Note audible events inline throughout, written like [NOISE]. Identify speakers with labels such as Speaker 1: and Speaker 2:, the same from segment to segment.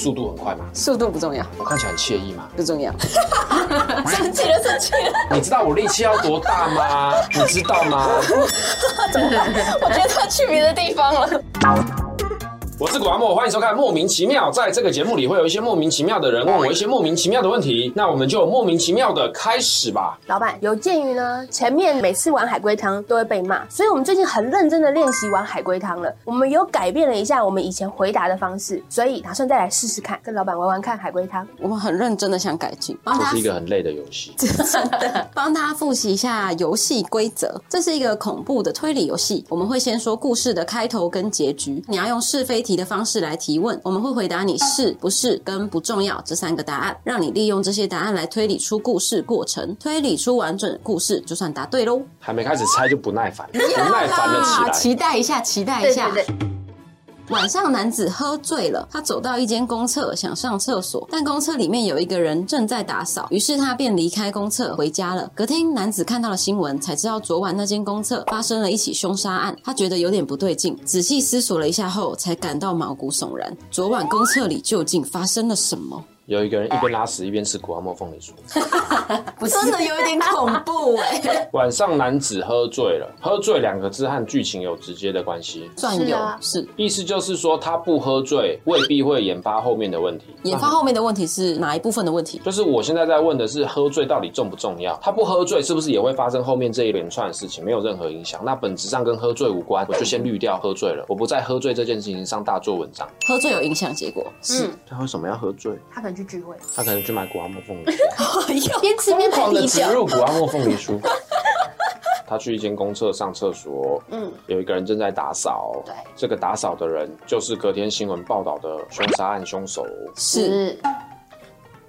Speaker 1: 速度很快吗？
Speaker 2: 速度不重要，
Speaker 1: 我看起来很惬意吗？
Speaker 2: 不重要。
Speaker 3: 生气了，生气了，
Speaker 1: 你知道我力气要多大吗？你知道吗？
Speaker 3: 我觉得他去别的地方了。
Speaker 1: 我是古阿莫，欢迎收看《莫名其妙》。在这个节目里，会有一些莫名其妙的人问我一些莫名其妙的问题，那我们就莫名其妙的开始吧。
Speaker 3: 老板，有鉴于呢，前面每次玩海龟汤都会被骂，所以我们最近很认真的练习玩海龟汤了。我们有改变了一下我们以前回答的方式，所以打算再来试试看，跟老板玩玩看海龟汤。
Speaker 2: 我们很认真的想改进，帮
Speaker 1: 这
Speaker 2: 大
Speaker 1: 是一
Speaker 2: 家
Speaker 1: 个很累的游戏，
Speaker 2: 帮大家复习一下游戏规则。这是一个恐怖的推理游戏，我们会先说故事的开头跟结局，你要用是非题的方式来提问，我们会回答你是不是跟不重要这三个答案，让你利用这些答案来推理出故事过程，推理出完整故事就算答对喽。
Speaker 1: 还没开始猜就不耐烦，不耐烦了起
Speaker 2: 啊
Speaker 1: 来。
Speaker 2: 期待一下，期待一哎下。晚上，男子喝醉了，他走到一间公厕，想上厕所，但公厕里面有一个人正在打扫，于是他便离开公厕回家了。隔天，男子看到了新闻，才知道昨晚那间公厕发生了一起凶杀案，他觉得有点不对劲，仔细思索了一下后，才感到毛骨悚然。昨晚公厕里究竟发生了什么？
Speaker 1: 有一个人一边拉屎一边吃古阿莫凤梨酥。
Speaker 2: 真的有点恐怖哎、
Speaker 1: 晚上男子喝醉了，喝醉两个字和剧情有直接的关系，
Speaker 2: 算
Speaker 3: 是
Speaker 2: 有
Speaker 3: 啊
Speaker 2: 是
Speaker 1: 意思就是说他不喝醉未必会引发后面的问题。
Speaker 2: 研发后面的问题是哪一部分的问题？
Speaker 1: 就是我现在在问的是喝醉到底重不重要？他不喝醉是不是也会发生后面这一连串的事情？没有任何影响，那本质上跟喝醉无关，我就先滤掉喝醉了，我不在喝醉这件事情上大做文章。
Speaker 2: 喝醉有影响结果是。
Speaker 3: 嗯，
Speaker 1: 他为什么要喝醉？
Speaker 3: 他可能去聚会，
Speaker 1: 他可能去买古阿莫凤梨酥，
Speaker 3: 边吃边
Speaker 1: 疯
Speaker 3: 看
Speaker 1: 狂的
Speaker 3: 啤
Speaker 1: 植
Speaker 3: 酒。
Speaker 1: 入古阿莫凤梨酥。他去一间公厕上厕所，
Speaker 3: 嗯，
Speaker 1: 有一个人正在打扫，
Speaker 3: 对
Speaker 1: 这个打扫的人就是隔天新闻报道的凶杀案凶手，
Speaker 2: 是，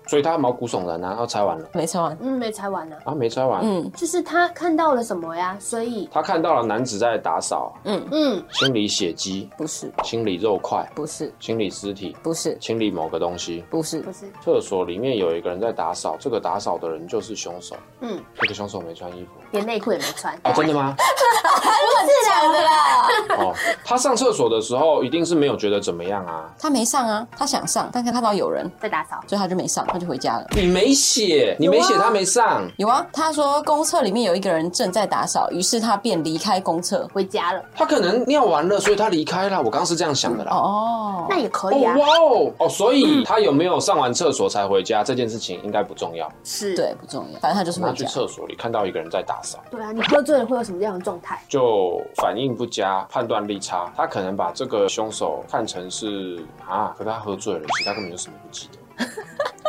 Speaker 1: 所以他毛骨悚然啊！他猜完了
Speaker 2: 没错，
Speaker 3: 嗯，没猜完呢、
Speaker 1: 啊，没猜完，
Speaker 2: 嗯，
Speaker 3: 就是他看到了什么呀？所以，
Speaker 1: 他看到了男子在打扫，
Speaker 3: 嗯，
Speaker 1: 清理血迹，
Speaker 2: 不是，
Speaker 1: 清理肉块，
Speaker 2: 不是，
Speaker 1: 清理尸体，
Speaker 2: 不是，
Speaker 1: 清理某个东西。
Speaker 2: 不是
Speaker 3: 不，是，
Speaker 1: 厕所里面有一个人在打扫，这个打扫的人就是凶手。
Speaker 3: 嗯，
Speaker 1: 这个凶手没穿衣服
Speaker 3: 连内裤也没穿，
Speaker 1: 啊？真的吗？
Speaker 3: 是假的啦。
Speaker 1: 哦，他上厕所的时候一定是没有觉得怎么样啊。
Speaker 2: 他没上啊，他想上，但他看到有人，
Speaker 3: 在打扫，
Speaker 2: 所以他就没上，他就回家了。
Speaker 1: 你没写，你没写，他没上，
Speaker 2: 有啊，他说公厕里面有一个人正在打扫，于是他便离开公厕。
Speaker 3: 回家了，
Speaker 1: 他可能尿完了，所以他离开了。我刚刚是这样想的啦。
Speaker 2: 哦，
Speaker 3: 那也可
Speaker 1: 哦
Speaker 3: 以啊。
Speaker 1: 哇哦哦，所以他有没有上完厕所才回家这件事情应该不重要。
Speaker 3: 是，
Speaker 2: 对，不重要，反正他就是
Speaker 1: 他
Speaker 2: 回
Speaker 1: 去
Speaker 2: 家。
Speaker 1: 厕所里看到一个人在打扫，
Speaker 3: 对啊，你喝醉了会有什么样的状态？
Speaker 1: 就反应不佳，判断力差，他可能把这个凶手看成是啊，可他喝醉了，其实他根本就什么不记得。 [LAUGHS]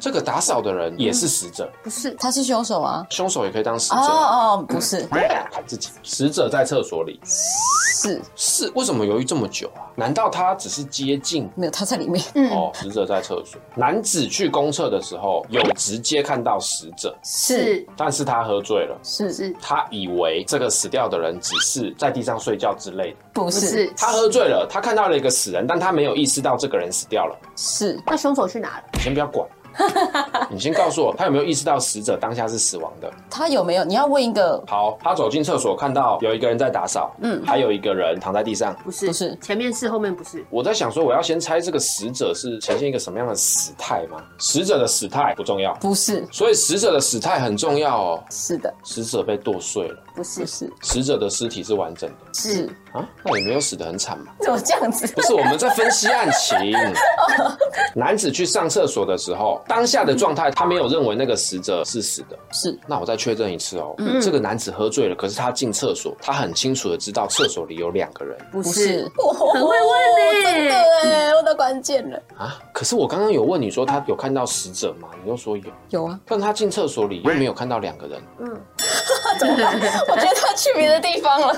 Speaker 1: 这个打扫的人也是死者，
Speaker 3: 不是，
Speaker 2: 他是凶手啊？
Speaker 1: 凶手也可以当死
Speaker 2: 哦
Speaker 1: 者。
Speaker 2: 哦，不是，
Speaker 1: 看自己，死者在厕所里，
Speaker 2: 是
Speaker 1: 是为什么犹豫这么久啊？难道他只是接近？
Speaker 2: 没有他在里面，
Speaker 3: 嗯，
Speaker 1: 哦，死者在厕所。男子去公厕的时候，有直接看到死者，
Speaker 2: 是
Speaker 1: 但是他喝醉了，
Speaker 2: 是
Speaker 3: 是
Speaker 1: 他以为这个死掉的人只是在地上睡觉之类的。
Speaker 2: 不
Speaker 3: 不
Speaker 2: 是
Speaker 3: 是？
Speaker 1: 他喝醉了，他看到了一个死人，但他没有意识到这个人死掉了。
Speaker 2: 是
Speaker 3: 那凶手去哪了？
Speaker 1: 你先不要管，你先告诉我，他有没有意识到死者当下是死亡的？
Speaker 2: 他有没有？你要问一个，
Speaker 1: 好，他走进厕所，看到有一个人在打扫，嗯，还有一个人躺在地上。
Speaker 3: 不是
Speaker 2: 不是
Speaker 3: 前面是，后面不是，
Speaker 1: 我在想说，我要先猜这个死者是呈现一个什么样的死态吗？死者的死态不重要，
Speaker 2: 不是
Speaker 1: 所以死者的死态很重要哦。
Speaker 2: 是的，
Speaker 1: 死者被剁碎了，
Speaker 3: 不
Speaker 2: 不
Speaker 3: 是，
Speaker 2: 是
Speaker 1: 死者的尸体是完整的
Speaker 2: 是，
Speaker 1: 啊？那也没有死得很惨嘛？
Speaker 2: 怎么这样子？
Speaker 1: 不是，我们在分析案情。男子去上厕所的时候，当下的状态，他没有认为那个死者是死的。
Speaker 2: 是
Speaker 1: 那我再确认一次哦，这个男子喝醉了，可是他进厕所，他很清楚的知道厕所里有两个人
Speaker 3: 不
Speaker 2: 不是，很
Speaker 3: 很会问呢
Speaker 2: 真的哎，问到关键了。
Speaker 1: 啊。可是我刚刚有问你说他有看到死者吗？你又说有，
Speaker 2: 有啊，
Speaker 1: 但他进厕所里又没有看到两个人。
Speaker 3: 我觉得他去别的地方了，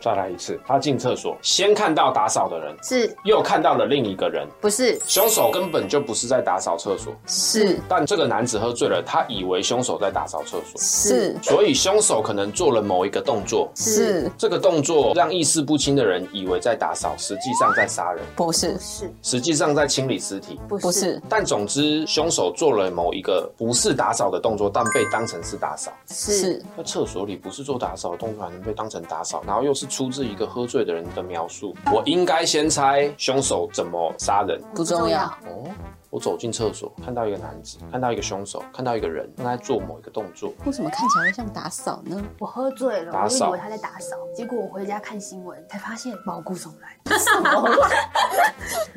Speaker 1: 再来一次，他进厕所先看到打扫的人，
Speaker 3: [LAUGHS] 是
Speaker 1: 又看到了另一个人，
Speaker 3: 不是？
Speaker 1: 凶手根本就不是在打扫厕所，
Speaker 2: 是
Speaker 1: 但这个男子喝醉了，他以为凶手在打扫厕所。
Speaker 2: 是
Speaker 1: 所以凶手可能做了某一个动作，
Speaker 2: 是，
Speaker 1: 这个动作让意识不清的人以为在打扫，实际上在杀人，
Speaker 2: 不是
Speaker 3: 是
Speaker 1: 实际上在清理尸体。
Speaker 3: 不
Speaker 2: 不是
Speaker 1: 但总之，凶手做了某一个不是打扫的动作，但被当成是打扫，
Speaker 3: 是，
Speaker 1: 在厕所里不是做打扫的动作，还能被当成打扫，然后又是出自一个喝醉的人的描述。我应该先猜凶手怎么杀人。
Speaker 2: 不重要。
Speaker 1: 哦，我走进厕所，看到一个男子，看到一个凶手，看到一个人正在做某一个动作。
Speaker 2: 为什么看起来会像打扫呢？
Speaker 3: 我喝醉了，
Speaker 1: 打
Speaker 3: 我就
Speaker 1: 扫
Speaker 3: 以为他在打扫，结果我回家看新闻才发现毛骨悚然。什么啦？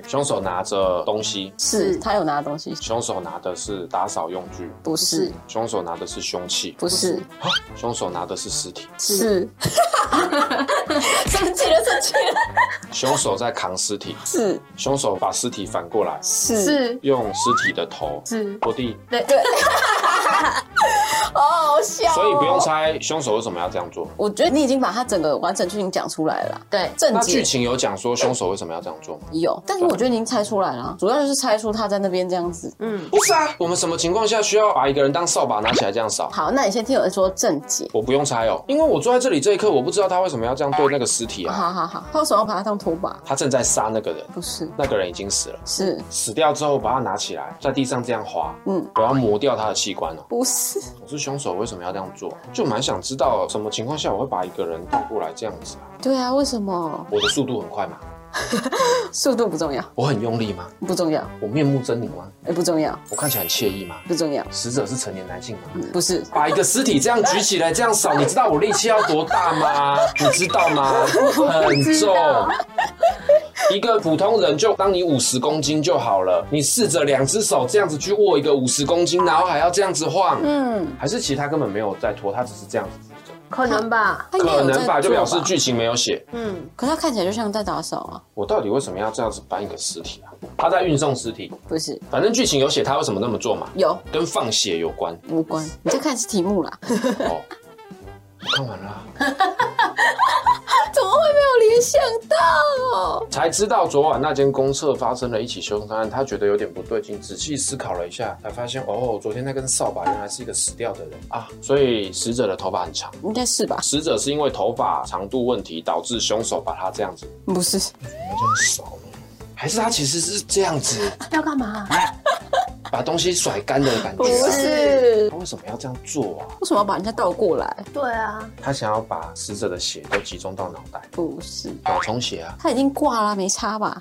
Speaker 1: 凶手拿着东西，
Speaker 2: 是
Speaker 3: 是
Speaker 2: 他有拿东西，
Speaker 1: 凶手拿的是打扫用具，
Speaker 2: 不是，
Speaker 1: 凶手拿的是凶器，
Speaker 2: 不是，
Speaker 1: 啊凶手拿的是尸体，
Speaker 2: 是，生气了，生气了，
Speaker 1: 凶手在扛尸体，
Speaker 2: 是
Speaker 1: 凶手把尸体反过来，
Speaker 2: 是，
Speaker 3: [LAUGHS] 是
Speaker 1: 用尸体的头
Speaker 3: 是，
Speaker 1: 拖地，
Speaker 3: 对
Speaker 2: [LAUGHS]
Speaker 3: 对，
Speaker 2: 好好笑哦
Speaker 1: 所以不用。猜凶手为什么要这样做。
Speaker 2: 我觉得你已经把他整个完整剧情讲出来了啦，
Speaker 3: 对
Speaker 2: 正
Speaker 1: 那剧
Speaker 2: 解
Speaker 1: 情有讲说凶手为什么要这样做吗？
Speaker 2: 有，但是我觉得已经猜出来了啊，主要就是猜出他在那边这样子。
Speaker 3: 嗯，
Speaker 1: 不是啊，我们什么情况下需要把一个人当扫把拿起来这样扫？
Speaker 2: 好，那你先听我说正解。
Speaker 1: 我不用猜哦，因为我坐在这里这一刻，我不知道他为什么要这样对那个尸体啊。
Speaker 2: 好好好，他为什么要把他当拖把？
Speaker 1: 他正在杀那个人，
Speaker 2: 不是，
Speaker 1: 那个人已经死了。
Speaker 2: 是
Speaker 1: 死掉之后，把他拿起来，在地上这样滑，
Speaker 2: 嗯，
Speaker 1: 我要磨掉他的器官哦。
Speaker 2: 不是？
Speaker 1: 我是凶手，为什么要这样做？就蛮想知道什么情况下我会把一个人带过来这样子啊？
Speaker 2: 对啊，为什么？
Speaker 1: 我的速度很快吗？
Speaker 2: 速度不重要，
Speaker 1: 我很用力吗？
Speaker 2: 不重要，
Speaker 1: 我面目狰狞吗？
Speaker 2: 哎，不重要，
Speaker 1: 我看起来很惬意吗？
Speaker 2: 不重要，
Speaker 1: 死者是成年男性吗？
Speaker 2: 嗯不是。
Speaker 1: 把一个尸体这样举起来，这样扫，你知道我力气要多大吗？你知道吗？很重。一个普通人就当你五十公斤就好了，你试着两只手这样子去握一个五十公斤，然后还要这样子晃，
Speaker 2: 嗯，
Speaker 1: 还是其实他根本没有在拖，他只是这样子举着
Speaker 3: 可能 [LAUGHS] 吧。
Speaker 2: 他应该
Speaker 1: 可
Speaker 2: 有在
Speaker 1: 能吧，就表示
Speaker 2: 做吧
Speaker 1: 剧情没有写。
Speaker 3: 嗯，
Speaker 2: 可是他看起来就像在打扫啊，
Speaker 1: 我到底为什么要这样子搬一个尸体啊？他在运送尸体，
Speaker 2: 不是？
Speaker 1: 反正剧情有写他为什么那么做嘛，
Speaker 2: 有
Speaker 1: 跟放血有关。
Speaker 2: 无关，你在看是题目啦，
Speaker 1: 哦，我看完了啊。
Speaker 2: [LAUGHS] 怎么会没有联想到？
Speaker 1: 才知道昨晚那间公厕发生了一起凶杀案，他觉得有点不对劲，仔细思考了一下，才发现哦，昨天那根扫把原来是一个死掉的人啊，所以死者的头发很长，
Speaker 2: 应该是吧？
Speaker 1: 死者是因为头发长度问题导致凶手把他这样子，
Speaker 2: 不是，
Speaker 1: 怎么这样扫呢？还是他其实是这样子
Speaker 3: 要干嘛？
Speaker 1: 把东西甩干的感觉、
Speaker 3: 不
Speaker 1: 啊？
Speaker 3: 是
Speaker 1: 他为什么要这样做啊？
Speaker 2: 为什么要把人家倒过来？
Speaker 3: 对啊，
Speaker 1: 他想要把死者的血都集中到脑袋，
Speaker 2: 不是，
Speaker 1: 脑充血啊！
Speaker 2: 他已经挂啦，没差吧？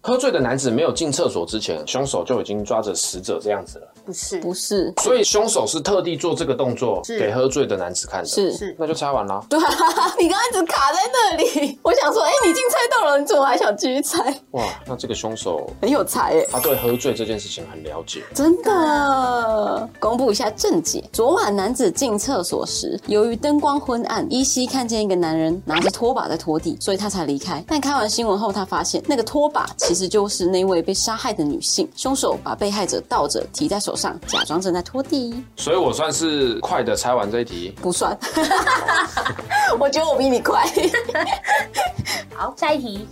Speaker 1: 喝醉的男子没有进厕所之前，凶手就已经抓着死者这样子了。
Speaker 3: 不是，
Speaker 2: 不是，
Speaker 1: 所以凶手是特地做这个动作
Speaker 3: 是
Speaker 1: 给喝醉的男子看的，
Speaker 2: 是
Speaker 3: 是
Speaker 1: 那就猜完了。
Speaker 2: 对啊， [LAUGHS] 你刚刚一直卡在那里，我想说，哎、你已经猜到了，你怎么还想继续猜？
Speaker 1: 哇，那这个凶手
Speaker 2: 很有才哎、
Speaker 1: 他对喝醉这件事情很了解，
Speaker 2: 真的，公布一下正解。昨晚男子进厕所时，由于灯光昏暗，依稀看见一个男人拿着拖把在拖地，所以他才离开。但看完新闻后，他发现那个拖把其实就是那位被杀害的女性，凶手把被害者倒着提在手上，假装正在拖地，
Speaker 1: 所以我算是快的猜完这一题。
Speaker 2: 不算。我觉得我比你快。
Speaker 3: 好，下一题。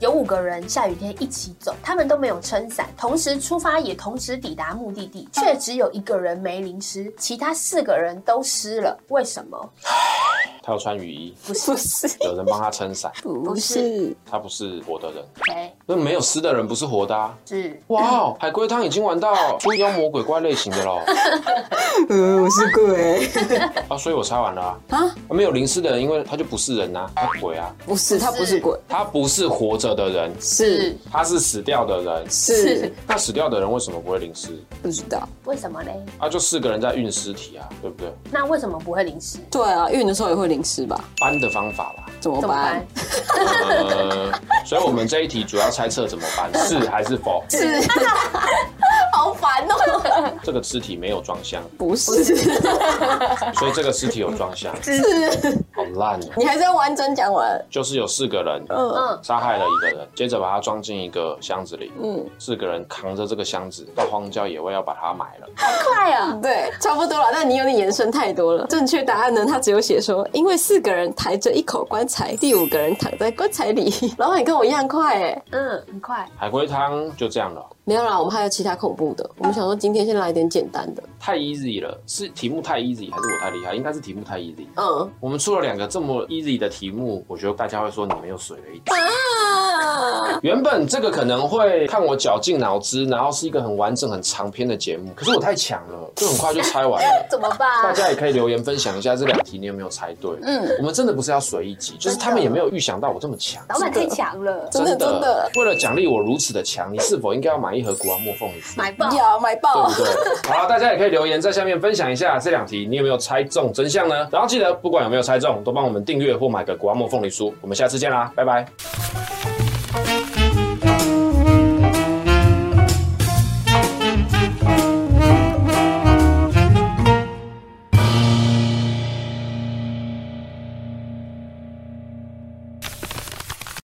Speaker 3: 有五个人下雨天一起走，他们都没有撑伞，同时出发也同时抵达目的地，却只有一个人没淋湿，其他四个人都湿了。为什么？
Speaker 1: 他有穿雨衣，
Speaker 2: 不是，不是，
Speaker 1: 有人帮他撑伞，
Speaker 2: 不
Speaker 3: 不
Speaker 2: 是
Speaker 3: 是，
Speaker 1: 他不是活的人，
Speaker 3: 哎，
Speaker 1: 那没有湿的人不是活的、啊。
Speaker 3: 是
Speaker 1: 哇哦，海龟汤已经玩到出妖魔鬼怪类型的喽
Speaker 2: 呃，我是鬼
Speaker 1: 啊，所以我猜完了啊。
Speaker 2: 啊，
Speaker 1: 啊没有淋湿的人，因为他就不是人呐、啊，他鬼啊，
Speaker 2: 不是，他不是鬼，
Speaker 1: 他不是活着的人，
Speaker 2: 是
Speaker 1: 他是死掉的人。
Speaker 2: 是
Speaker 3: 是，
Speaker 1: 那死掉的人为什么不会淋湿？
Speaker 2: 不知道。
Speaker 3: 为什么嘞？
Speaker 1: 啊，就四个人在运尸体啊，对不对？
Speaker 3: 那为什么不会淋湿？
Speaker 2: 对啊，运的时候也会淋湿吧？
Speaker 1: 搬的方法啦，
Speaker 2: 怎么
Speaker 3: 怎么
Speaker 2: 办
Speaker 3: 办？？
Speaker 1: 呃，所以我们这一题主要猜测怎么搬，是还是否？
Speaker 2: 是， [LAUGHS] 好烦哦。
Speaker 1: 这个尸体没有装箱，
Speaker 2: [LAUGHS] 不是，
Speaker 1: 所以这个尸体有装箱，
Speaker 2: 是，
Speaker 1: 好烂哦、
Speaker 2: 你还是要完整讲完。
Speaker 1: 就是有四个人
Speaker 2: 嗯
Speaker 3: 嗯，
Speaker 1: 杀害了一个人，接着把他装进一个箱子里，
Speaker 2: 嗯，
Speaker 1: 四个人扛着这个箱子到荒郊野外要把它埋了。
Speaker 3: 快啊！
Speaker 2: 对，差不多了。但你有点延伸太多了。正确答案呢，他只有写说，因为四个人抬着一口棺材，第五个人躺在棺材里。 [LAUGHS] 老板跟我一样快哎、
Speaker 3: 嗯，很快。
Speaker 1: 海龟汤就这样了，
Speaker 2: 没有啦，我们还有其他恐怖的。我们想说今天先来点简单的。
Speaker 1: 太 easy 了，是题目太 easy 还是我太厉害？应该是题目太 easy。
Speaker 2: 嗯 [LAUGHS]
Speaker 1: 我们出了两个这么 easy 的题目，我觉得大家会说你们又水了一点。
Speaker 2: 啊，
Speaker 1: 原本这个可能会看我绞尽脑汁，然后是一个很完整、很长篇的节目，可是我太强了，就很快就猜完了。
Speaker 3: 怎么
Speaker 1: 大
Speaker 3: 办？
Speaker 1: 家也可以留言分享一下这两题你有没有猜对。嗯，我们真的不是要随意集，就是他们也没有预想到我这么强。
Speaker 3: 老板太强了，
Speaker 4: 真的真的
Speaker 1: 为了奖励我如此的强，你是否应该要买一盒古阿莫凤梨酥？
Speaker 3: 买爆！
Speaker 4: 要买爆
Speaker 1: 对不，对？好，大家也可以留言在下面分享一下这两题你有没有猜中真相呢？然后记得不管有没有猜中，都帮我们订阅或买个古阿莫凤梨酥。我们下次见啦，拜拜。